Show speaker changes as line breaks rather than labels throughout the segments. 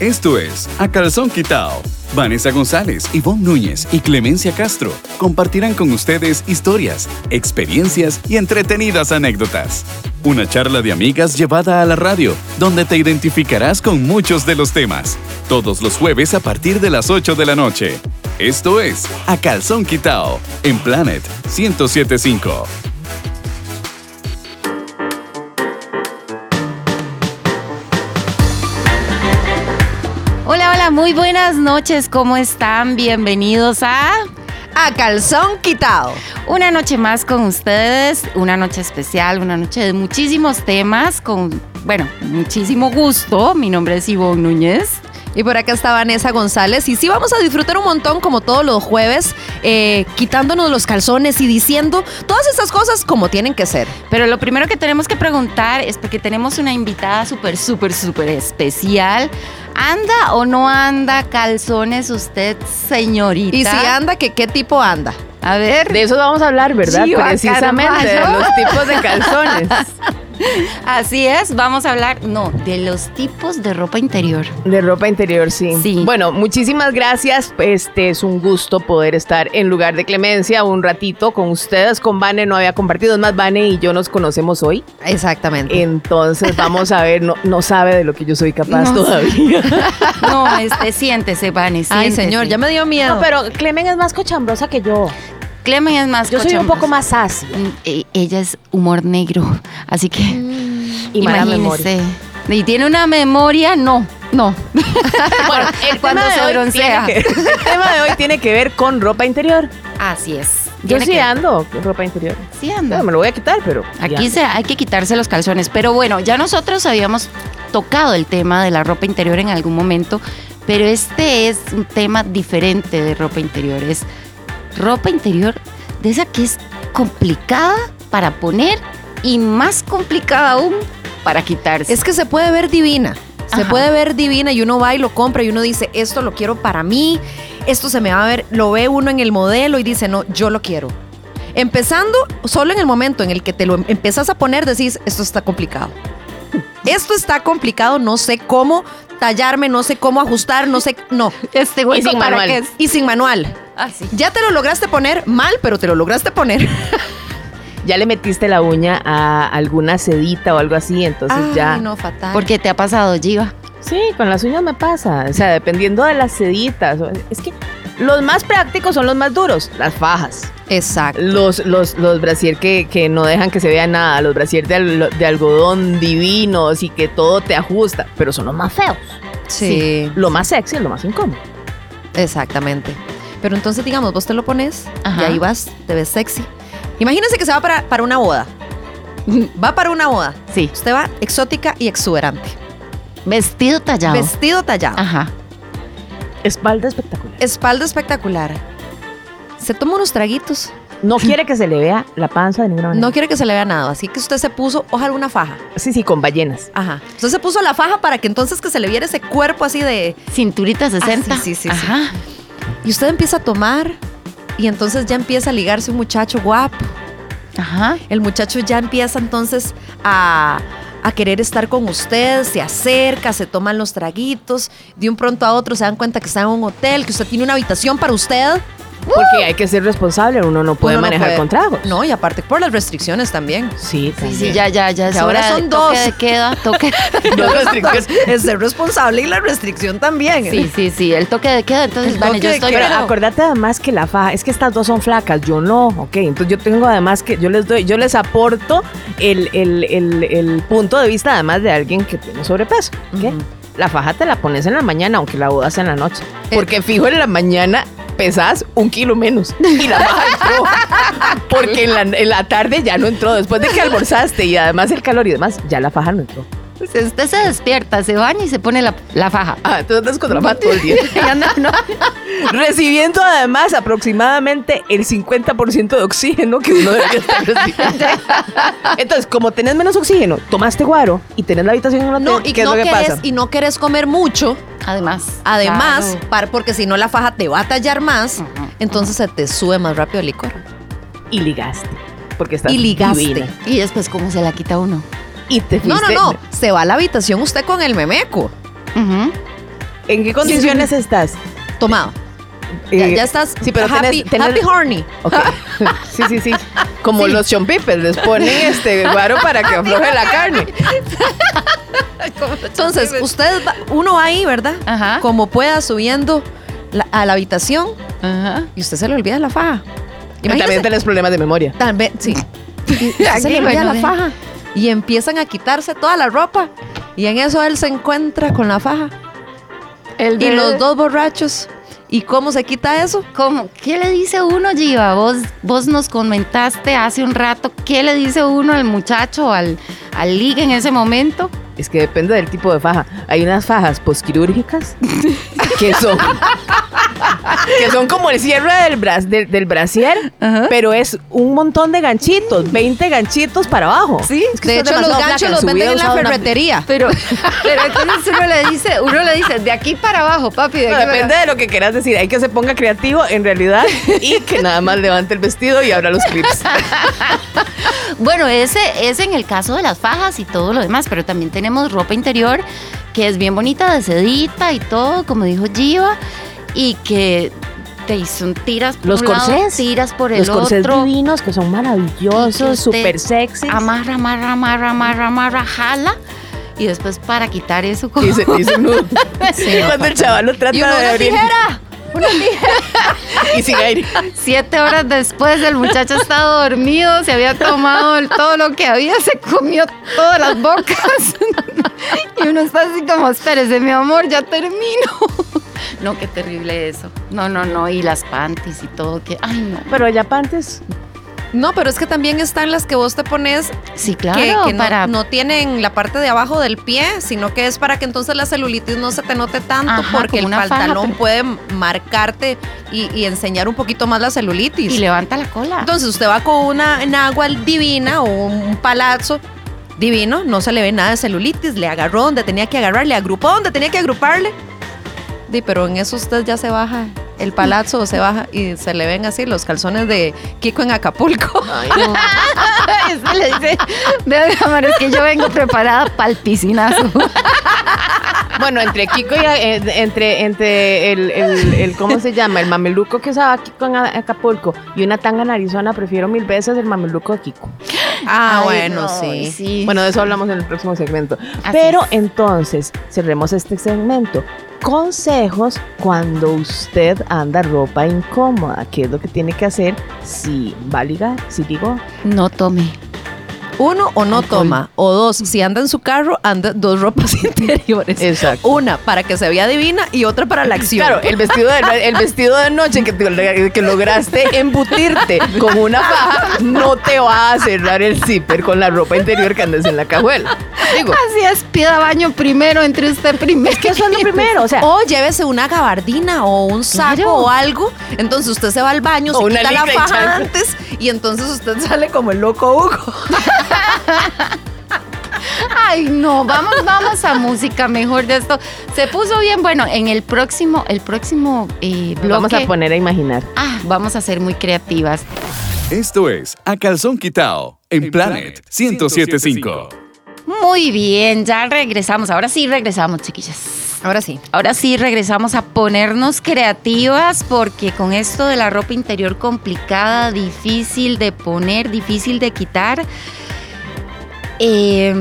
Esto es A Calzón Quitao. Vanessa González, Ivonne Núñez y Clemencia Castro compartirán con ustedes historias, experiencias y entretenidas anécdotas. Una charla de amigas llevada a la radio, donde te identificarás con muchos de los temas. Todos los jueves a partir de las 8 de la noche. Esto es A Calzón Quitao en Planet 1075.
Hola, hola, muy buenas noches, ¿cómo están? Bienvenidos a
A calzón quitado.
una noche más con ustedes, una noche especial, una noche de muchísimos temas, con, bueno, muchísimo gusto. Mi nombre es Ivonne Núñez.
Y por acá está Vanessa González. Y sí, vamos a disfrutar un montón, como todos los jueves, eh, quitándonos los calzones y diciendo todas esas cosas como tienen que ser.
Pero lo primero que tenemos que preguntar es porque tenemos una invitada súper, súper, súper especial. ¿Anda o no anda calzones usted, señorita?
Y si anda, que qué tipo anda.
A ver,
De eso vamos a hablar, ¿verdad?
Sí, va,
Precisamente, de
caramba.
los tipos de calzones.
así es, vamos a hablar, no, de los tipos de ropa interior.
De ropa interior, sí.
Sí.
Bueno, muchísimas gracias. Este es un gusto poder estar en lugar de Clemencia un ratito con ustedes. Con Vane no había compartido, es más, Vane y yo nos conocemos hoy.
Exactamente.
Entonces vamos a ver, no, no sabe de lo que yo soy capaz
No
todavía.
No, este, siéntese, Vane,
Ay,
siéntese.
señor, ya me dio miedo.
No, pero Clemen es más cochambrosa que yo.
Clemen es más
Yo soy un
cochambrosa.
poco más as.
Mm, e- Ella es humor negro, así que
Y mala memoria.
imagínese. Y tiene una memoria, no, no.
Bueno, el
Cuando
tema de
se
hoy
broncea.
tiene que- el tema de hoy tiene que ver con ropa interior.
Así es.
Yo
Tiene
sí
que-
ando con ropa interior.
sí anda.
No, me lo voy a quitar, pero.
Aquí
ya.
se, hay que quitarse los calzones. Pero bueno, ya nosotros habíamos tocado el tema de la ropa interior en algún momento, pero este es un tema diferente de ropa interior. Es ropa interior de esa que es complicada para poner y más complicada aún para quitarse.
Es que se puede ver divina. Se
Ajá.
puede ver divina y uno va y lo compra y uno dice, esto lo quiero para mí, esto se me va a ver, lo ve uno en el modelo y dice, no, yo lo quiero. Empezando, solo en el momento en el que te lo em- empezás a poner, decís, esto está complicado. Esto está complicado, no sé cómo tallarme, no sé cómo ajustar, no sé, no.
este
Y sin manual.
Y sin manual.
Ah,
Ya te lo lograste poner mal, pero te lo lograste poner.
ya le metiste la uña a alguna sedita o algo así, entonces
Ay,
ya.
no, fatal.
Porque te ha pasado, Giva.
Sí, con las uñas me pasa. O sea, dependiendo de las seditas. o- Es que los más prácticos son los más duros, las fajas.
Exacto.
Los, los, los brasier que, que no dejan que se vea nada, los brasier de, al- de algodón divinos y que todo te ajusta, pero son los más feos.
sí.
Lo más sexy es lo más incómodo.
Exactamente. Pero entonces, digamos, vos te lo pones
Ajá.
y ahí vas, te ves sexy. Imagínense que se va para, para una boda. Va para una boda.
Sí.
Usted va exótica y exuberante.
Vestido tallado.
Vestido tallado.
Ajá.
Espalda espectacular.
Espalda espectacular. Se toma unos traguitos.
No quiere que se le vea la panza de ninguna manera.
No quiere que se le vea nada. Así que usted se puso, ojalá una faja.
Sí, sí, con ballenas.
Ajá. Usted se puso la faja para que entonces que se le viera ese cuerpo así de...
Cinturita 60.
sí, sí, sí, sí.
Ajá.
Y usted empieza a tomar y entonces ya empieza a ligarse un muchacho guapo.
Ajá.
El muchacho ya empieza entonces a, a querer estar con usted, se acerca, se toman los traguitos, de un pronto a otro se dan cuenta que está en un hotel, que usted tiene una habitación para usted.
Porque hay que ser responsable, uno no puede
¡Uh! Uno no
manejar
puede.
con tragos.
No, y aparte por las restricciones también.
Sí,
Sí,
también.
sí, ya, ya, ya. es
Que ahora
hora de
son
toque
dos.
de queda, toque.
Dos restricciones.
Es ser responsable y la restricción también.
Sí, sí, sí, el toque de queda, entonces,
El
Vane,
toque
yo
de
estoy...
Pero
Claro.
acordate además que la faja, es que estas dos son flacas, yo no, ok. Entonces yo tengo además que, yo les doy, yo les aporto el, el- el- el punto de vista además de alguien que tiene sobrepeso, ¿ok?
Ujú.
La faja te la pones en la mañana, aunque la bodas en la noche. Porque fijo en la mañana pesas un kilo menos y la faja entró. Porque en la, en la tarde ya no entró, después de que almorzaste y además el calor y demás, ya la faja no entró.
Pues usted se despierta, se baña y se pone la, la faja.
Ah, entonces andas con la faja todo el día.
Y anda, no,
recibiendo además aproximadamente el 50% de oxígeno que uno debería estar recibiendo. Entonces, como tenés menos oxígeno, tomaste guaro y tenés la habitación en un hotel,
No, y
¿qué
no,
es lo que
querés,
pasa?
y no querés comer mucho,
Además.
además,
Claro.
par- porque si no la faja te va a tallar
Mm.
más,
Ujú.
entonces se te sube más rápido el licor.
Y ligaste. Porque estás
Y ligaste.
divina.
Y después, ¿cómo se la quita uno?
Y te
No, no,
fuiste-
no, se va a la habitación usted con el memeco.
Ujú.
¿En qué condiciones estás?
Tomado. Ya,
Eh,
ya estás
sí, pero tenés-
happy,
tenés-
happy horny.
Ok. Sí, sí, sí. Como los chompipes, les ponen este guaro para que afloje la carne.
Entonces,
pues.
ustedes, va- uno va ahí, ¿verdad?
Ajá.
Como pueda, subiendo la- a la habitación
Ajá.
y usted se le olvida la faja.
Y también
Imagínese,
tenés problemas de memoria.
tal vez, sí. Y usted se
Aquí,
le olvida
bueno,
la
eh.
faja y empiezan a quitarse toda la ropa y en eso él se encuentra con la faja
El
y
de-
los dos borrachos. ¿Y cómo se quita eso?
¿Cómo? ¿Qué le dice uno, Giva? Vos, vos nos comentaste hace un rato qué le dice uno al muchacho, al, al ligue en ese momento.
Es que depende del tipo de faja. Hay unas fajas posquirúrgicas que son que son como el cierre del, bra- del, del brasier, pero es
Un montón de ganchitos, 20 ganchitos para abajo.
Sí,
Es que
de
usted
hecho
es
los
demasiado
ganchos
flaca,
los
su
venden
vida
en la
usaba una-
ferretería.
Pero, pero entonces uno le dice, uno le dice, de aquí para abajo, papi, de
No, depende de lo que quieras decir. Hay que se ponga creativo en realidad y que nada más levante el vestido y abra los clips.
Bueno, ese es en el caso de las fajas y todo lo demás, pero también tenemos ropa interior que es bien bonita, de sedita y todo, como dijo Giva, y que te son tiras por
Los
un lado,
corsés.
tiras por el
Los corsés
otro.
divinos que son
Y que usted
maravillosos, súper sexy.
amarra, amarra, amarra, amarra, amarra, jala. Y después para quitar eso como...
Y se dice nudo. Y cuando el chaval lo trata
Y uno,
de
una
abrir
tijera.
y sin aire.
Siete horas después el muchacho estaba dormido, se había tomado el- todo lo que había, se comió todas las bocas. y uno está así como, espérese, mi amor, ya termino. No, qué terrible eso. No, no, no. Y las panties y todo, que... Ay, no.
Pero ya pantes.
No, pero es que también están las que vos te pones
Sí, claro,
que, que no,
para...
no tienen la parte de abajo del pie, sino que es para que entonces la celulitis no se te note tanto,
Ajá,
porque
como
el
una faja,
pantalón
pero-
puede marcarte y, y enseñar un poquito más la celulitis.
Y levanta la cola.
Entonces usted va con una náhuatl divina o un palazzo divino, no se le ve nada de celulitis, le agarró donde tenía que agarrar, le agrupó donde tenía que agruparle. Di, pero en eso usted ya se baja el palazzo o se baja y se le ven así los calzones de Kiko en Acapulco.
Eso le dice, vea, mi amor, es que yo vengo preparada para el piscinazo.
Bueno, entre Kiko y eh, entre, entre el, el- el- ¿cómo se llama? El mameluco que usaba Kiko en A- Acapulco y una tanga narizona, prefiero mil veces el mameluco de Kiko.
Ah,
Ay,
bueno,
no,
sí.
Bueno, de eso hablamos en el próximo segmento.
Así
Pero
es.
entonces, cerremos este segmento. Consejos cuando usted anda ropa incómoda. ¿Qué es lo que tiene que hacer si va a ligar? Si digo,
no tome.
Uno, o no
Alcohol.
toma. O dos, si anda en su carro, anda dos ropas interiores.
Exacto.
Una para que se vea divina y otra para la acción.
Claro, el vestido de, el vestido de noche que, te- que lograste embutirte con una faja no te va a cerrar el zipper con la ropa interior que andes en la cajuela. Digo,
Así es, pida baño primero, entre usted primero.
¿Qué es lo primero? O sea,
O llévese una gabardina o un saco
Claro.
o algo. Entonces usted se va al baño,
O
se
una
quita la
licra y
faja
chancla.
antes y entonces usted sale como el loco Hugo.
Ay, no, vamos, vamos a música mejor de esto. Se puso bien, bueno, en el próximo, el próximo eh, bloque.
vamos a poner a imaginar.
Ah, vamos a ser muy creativas.
Esto es A Calzón Quitao en, Planet 1075.
Muy bien, ya regresamos. Ahora sí regresamos, chiquillas.
Ahora sí.
Ahora sí regresamos a ponernos creativas porque con esto de la ropa interior complicada, difícil de poner, difícil de quitar. eh,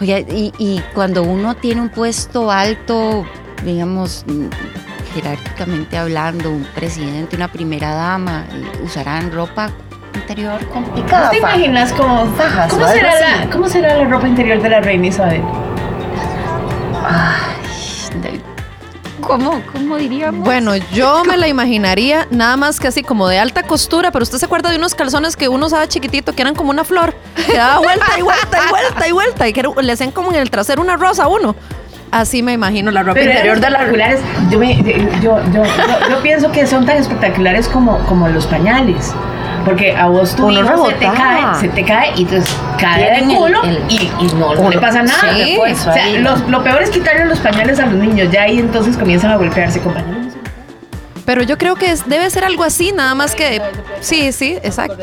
oiga, y, y cuando uno tiene un puesto alto, digamos, mm, jerárquicamente hablando, un presidente, una primera dama, eh, usarán ropa interior complicada.
¿te imaginas como fajas? ¿Cómo será, la, ¿Cómo será la ropa interior de la reina Isabel?
¿Cómo, cómo diríamos?
Bueno, yo me la imaginaría nada más que así como de alta costura, pero usted se acuerda de unos calzones que uno usaba chiquitito que eran como una flor, que daba vuelta y vuelta y vuelta y vuelta y que era- le hacían como en el trasero una rosa a uno. Así me imagino la ropa
Pero
interior
eran
de la
espectaculares. Yo, me- yo, yo, yo- yo pienso que son tan espectaculares como, como los pañales. Porque a vos tu
Uno
hijo se te
rebotaba.
cae, se te cae y entonces cae
Tienen
de
el-
culo
el-
y, y no, no le pasa nada.
sí,
O sea,
ahí.
los- lo peor es quitarle los pañales a los niños, ya ahí entonces comienzan a golpearse con pañales.
Pero yo creo que es- debe ser algo así, nada más que... Sí, sí, exacto.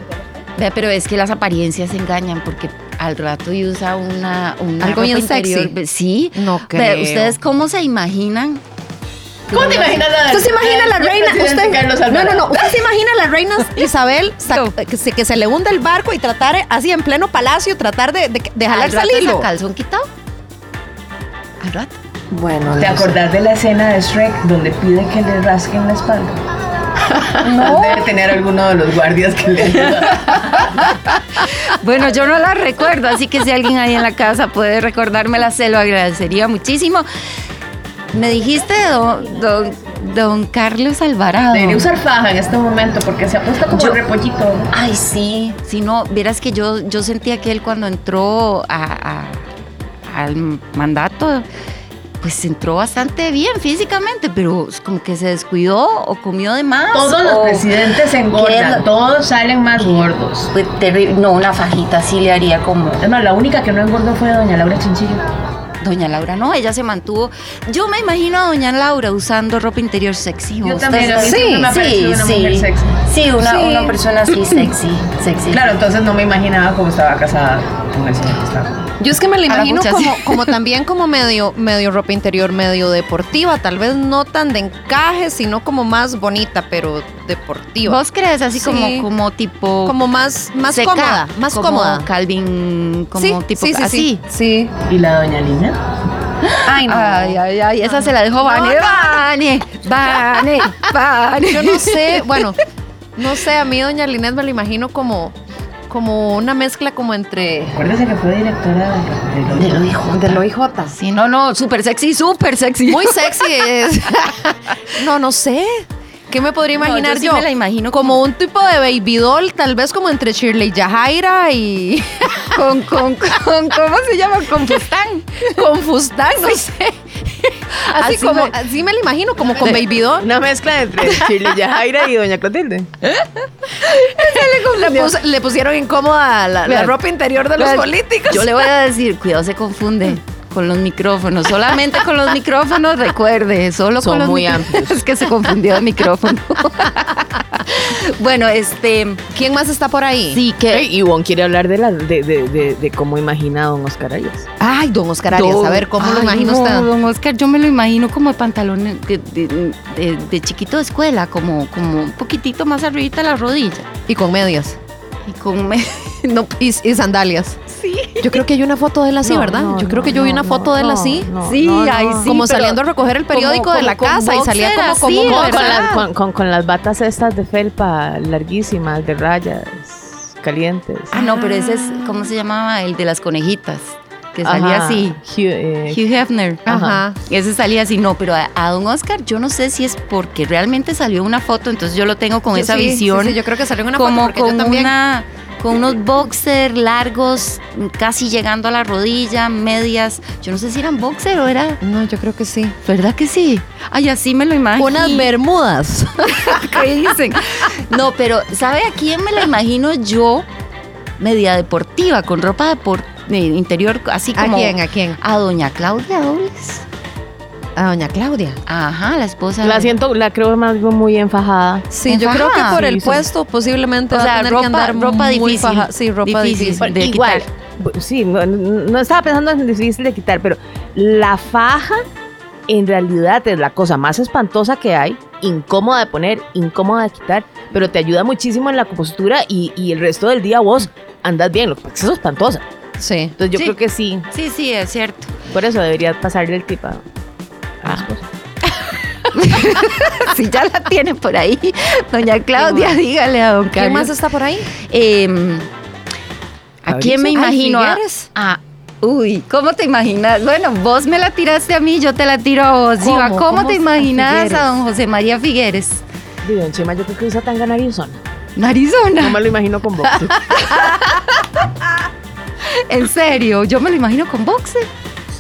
Vea, pero es que las apariencias engañan porque al rato y usa una, una ropa
Algo bien
interior.
sexy.
Sí.
No
Pero
creo.
ustedes cómo se imaginan
¿Cómo te imaginas la
Usted se imagina la
el
reina.
presidente
Usted,
Carlos
no,
Alvarado?
no, no. Usted se imagina la reina Isabel sac- que, se, que se le hunda el barco y tratar así en pleno palacio, tratar de, de, de
al
jalarse
rato
al
esa
hilo.
calzón quitado. Al rato.
Bueno,
¿Te acordás de la escena de Shrek donde pide que le rasquen la espalda? No. Debe tener alguno de los guardias que le ayuda.
Bueno, yo no la recuerdo, así que si alguien ahí en la casa puede recordármela, se lo agradecería muchísimo. Me dijiste don, don, don Carlos Alvarado.
Debería usar faja en este momento porque se apuesta como
Yo-
el repollito.
Ay, sí. Si no, vieras que yo, yo sentía que él cuando entró a- a- al mandato, pues entró bastante bien físicamente, pero como que se descuidó o comió de más.
Todos los
o-
presidentes se
¿Qué es lo-
engordan, todos salen más gordos.
Fue terrible. No, una fajita sí le haría como...
Es más, la única que no engordó fue doña Laura Chinchilla.
Doña Laura no, ella se mantuvo. Yo me imagino a Doña Laura usando ropa interior sexy.
Yo
¿Ustedes
también, a mí
no?
siempre me ha parecido una mujer sexy.
Sí, una,
Sí.
una persona así sexy, sexy.
Claro, entonces no me imaginaba cómo estaba casada con el señor que estaba.
Yo es que me la
A la
imagino
mucha,
como,
sí.
como también como medio, medio ropa interior, medio deportiva, tal vez no tan de encaje, sino como más bonita, pero deportiva.
¿Vos crees así
Sí.
como, como tipo...
Como más, más
seca,
cómoda, más
como
cómoda.
Calvin, como
sí,
tipo
sí, sí,
así.
sí, sí.
¿Y la doña Lina?
Ay, no.
Ay, ay, ay, esa se la dejó Vane,
no.
Vane, Vane, Vane.
Yo no sé, bueno, no sé, a mí doña Linet me la imagino como, como una mezcla como entre...
Acuérdese que fue directora de, de,
De lo dijo.
De lo IJ.
Sí, no, no, súper sexy, súper sexy.
Muy sexy es. No, no sé. ¿Qué me podría
No, yo
imaginar
sí me la imagino
como un tipo de baby doll, tal vez como entre Shirley Yajaira y
con, con, con, ¿cómo se llama? Con fustán.
con Fustán, no sé. Así,
Así
como,
me-
así me la imagino, como con baby doll.
Una mezcla entre Shirley Yajaira y Doña Clotilde.
Le, pus- le pusieron incómoda la, la
Vean.
ropa interior de los
Vean,
políticos.
Yo le voy a decir, cuidado, se confunde con los micrófonos. Solamente con los micrófonos, recuerde, solo
Son
con los
muy
micro-
amplios.
Es que se confundió de micrófono. bueno, este,
¿Quién más está por ahí?
sí que
Ey, y Won quiere hablar de, la, de, de, de, de cómo imagina a Don Oscar Arias.
Ay, don Oscar Arias,
Don-
a ver, ¿cómo lo
Ay,
imagina
no,
usted?
Don Oscar, yo me lo imagino como de pantalón de, de- de- de chiquito de escuela, como, como un poquitito más arribita de la rodilla.
Y con medias.
Y con me-
No, y, y sandalias.
sí.
Yo creo que hay una foto de él así,
No,
¿verdad?
no,
yo creo que
no,
yo vi
no,
una foto de él
no,
así.
no,
Sí,
no, no.
ay, sí.
como
pero-
saliendo a recoger el periódico
como-
de la
como con
casa y salía
boxer
como,
así,
como
¿verdad?
un
Con, con
boxer.
las- con- con- con las batas estas de felpa larguísimas, de rayas, calientes.
Ah, no, pero ese es, ¿cómo se llamaba? El de las conejitas, que salía
Ajá.
así.
Hugh, eh,
Hugh Hefner.
Ajá.
Ese salía así, no, pero a, a Don Oscar yo no sé si es porque realmente salió una foto, entonces yo lo tengo con
Yo
esa
sí,
visión.
sí, sí, yo creo que salió en una foto
como
porque yo
con
también.
una con unos boxer largos, casi llegando a la rodilla, medias. Yo no sé si eran boxer o era.
No, yo creo que sí.
¿Verdad que sí? Ay, así me lo imagino.
Unas bermudas.
¿Qué dicen? No, pero ¿sabe a quién me la imagino yo? Media deportiva, con ropa depor- de interior, así
¿A
como.
quién? ¿A quién?
A doña Claudia Dobles.
A doña Claudia.
Ajá, la esposa.
La
de-
siento, la creo más bien muy enfajada.
Sí,
En
yo creo que
faja.
por el
Sí, sí.
puesto posiblemente
O
va
sea,
a tener que
ropa-
andar
ropa
muy
difícil.
faja. Sí, ropa
Difícil.
difícil.
de
igual,
quitar.
bu- sí, no, no- no estaba pensando en difícil de quitar, pero la faja en realidad es la cosa más espantosa que hay, incómoda de poner, incómoda de quitar, pero te ayuda muchísimo en la compostura y, y el resto del día vos andas bien, lo que pasa es que es espantosa.
Sí.
Entonces yo
Sí.
creo que sí,
Sí, sí, es cierto.
por eso debería pasarle el tip a, a las cosas.
si ya la tiene por ahí, doña Claudia, dígale a don Carlos.
¿Quién más está por ahí?
Em, ¿A quién me
Ay,
imagino? A-
Figueres.
a- uy, ¿cómo te imaginas? Bueno, vos me la tiraste a mí, yo te la tiro a vos.
¿Cómo?
Iba, ¿cómo,
¿Cómo
te
es a
imaginas a,
Figueres?
don José María Figueres?
Digo, en Chema yo creo que usa tan narizona. No
Narizona,
me lo imagino con vos.
en serio, yo me lo imagino con boxe.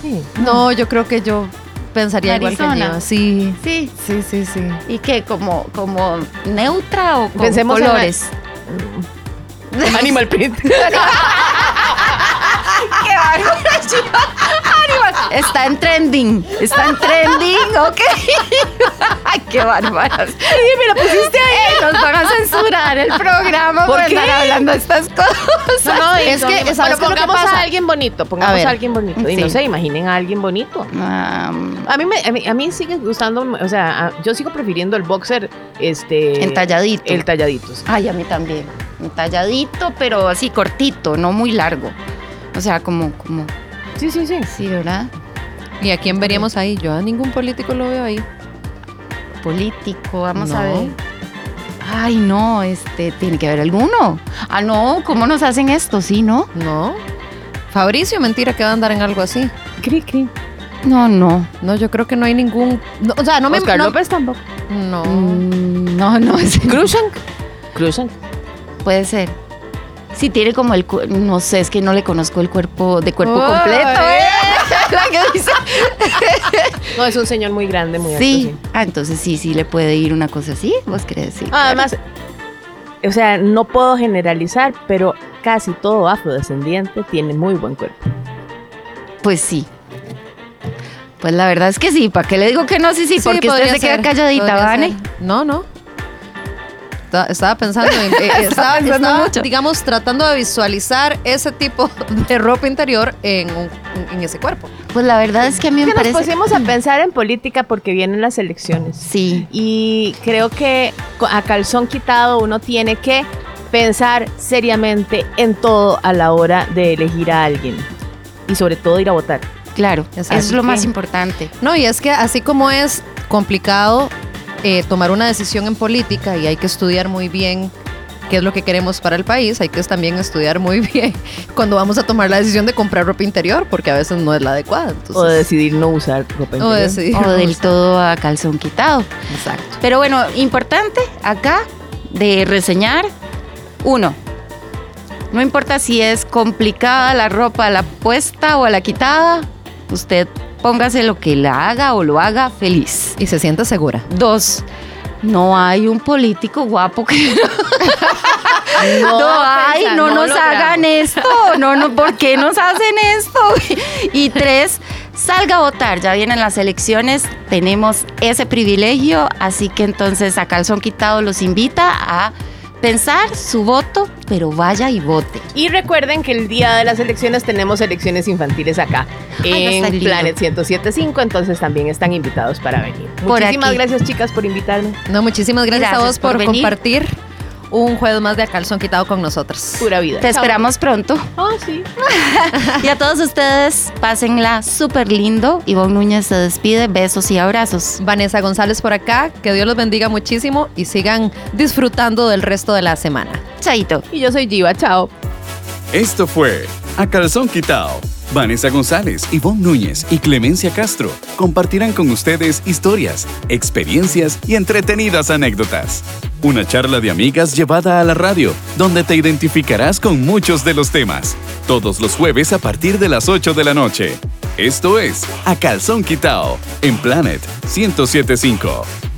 Sí.
No, yo creo que yo pensaría igual que
Narizona.
yo. Sí.
Sí.
Sí, sí, sí.
¿Y qué? ¿Como, como neutra o con
Pensemos en la-
colores?
Animal print.
¡Qué bárbara, chica! Animal. Está en trending. Está en trending, ok. Ay, qué bárbaras. me la pusiste
Eh,
ahí. nos van a censurar el programa por,
¿Por qué?
andar hablando estas cosas.
No, no,
Es
es
que,
que,
¿sabes qué es lo
pero
que
pongamos
pasa?
a alguien bonito, pongamos
A ver.
a, alguien bonito. Y no
Sí.
sé, imaginen a alguien bonito.
Am,
A mí, me, a mí, a mí sigue gustando, o sea, a- yo sigo prefiriendo el boxer, este...
entalladito.
El talladitos.
Ay, a mí también. Entalladito, pero así cortito, no muy largo. O sea, como, como,
Sí, sí, sí.
sí, ¿verdad?
¿Y a quién veríamos ahí? Yo a ningún político lo veo ahí.
Político, vamos a
No.
ver. Ay, no, este, tiene que haber alguno. Ah, no, ¿cómo nos hacen esto? Sí, ¿no?
No. Fabricio, mentira, que va a andar en algo así.
Cri, cri.
No, no.
No, yo creo que no hay ningún. no, o sea, no me.
Oscar
no,
López tampoco.
no.
Mm, No, no, ese no.
Krushank. Krushank.
puede ser. Si tiene como el cu- no sé, es que no le conozco el cuerpo de cuerpo
Oh,
completo.
eh.
¿eh? La que dice.
No, es un señor muy grande, muy alto.
Sí. Ah, entonces sí, sí le puede ir una cosa así, vos crees, sí.
Ah, Además, o sea, no puedo generalizar, pero casi todo afrodescendiente tiene muy buen cuerpo.
Pues sí. Pues la verdad es que sí, ¿para qué le digo que no? Sí, sí,
Sí,
porque usted
podría
se queda
ser,
calladita,
podría
¿vane?
ser. No, no. Está- Estaba pensando, en, eh, estaba,
pensando
estaba,
mucho.
digamos, tratando de visualizar ese tipo de ropa interior en, un- en ese cuerpo.
Pues la verdad es que a mí me
Que nos
parece.
pusimos a pensar en política porque vienen las elecciones.
Sí.
Y creo que co- a calzón quitado uno tiene que pensar seriamente en todo a la hora de elegir a alguien. Y sobre todo ir a votar.
Claro,
Exacto.
eso es lo
Sí.
más importante.
No, y es que así como es complicado eh, tomar una decisión en política y hay que estudiar muy bien qué es lo que queremos para el país, hay que también estudiar muy bien cuando vamos a tomar la decisión de comprar ropa interior, porque a veces no es la adecuada. Entonces,
o decidir no usar ropa
o
interior.
decidir.
O del todo a calzón quitado.
Exacto.
Pero bueno, importante acá de reseñar, uno, no importa si es complicada la ropa, a la puesta o a la quitada, usted póngase lo que la haga o lo haga feliz.
Y se siente segura.
Dos, no hay un político guapo que no, ay,
Elsa,
no,
no
nos
logramos.
hagan esto, no, no, ¿por qué nos hacen esto? Y tres, salga a votar, ya vienen las elecciones, tenemos ese privilegio, así que entonces a calzón quitado los invita a pensar su voto, pero vaya y vote.
Y recuerden que el día de las elecciones tenemos elecciones infantiles acá
Ay, va a estar
en
lindo.
Planet 1075, entonces también están invitados para venir.
Por
Muchísimas
aquí.
gracias chicas por invitarme.
No, muchísimas gracias, a
Gracias
vos por,
por venir.
compartir un jueves más de A calzón quitado con nosotros.
Pura vida.
Te esperamos pronto.
Oh, sí.
Y a todos ustedes, pásenla súper lindo. Ivonne Núñez se despide, besos y abrazos.
Vanessa González por acá, que Dios los bendiga muchísimo y sigan disfrutando del resto de la semana.
Chaito.
Y yo soy Giva, chao.
Esto fue A Calzón Quitao. Vanessa González, Ivonne Núñez y Clemencia Castro compartirán con ustedes historias, experiencias y entretenidas anécdotas. Una charla de amigas llevada a la radio, donde te identificarás con muchos de los temas. Todos los jueves a partir de las 8 de la noche. Esto es A Calzón Quitao en Planet 1075.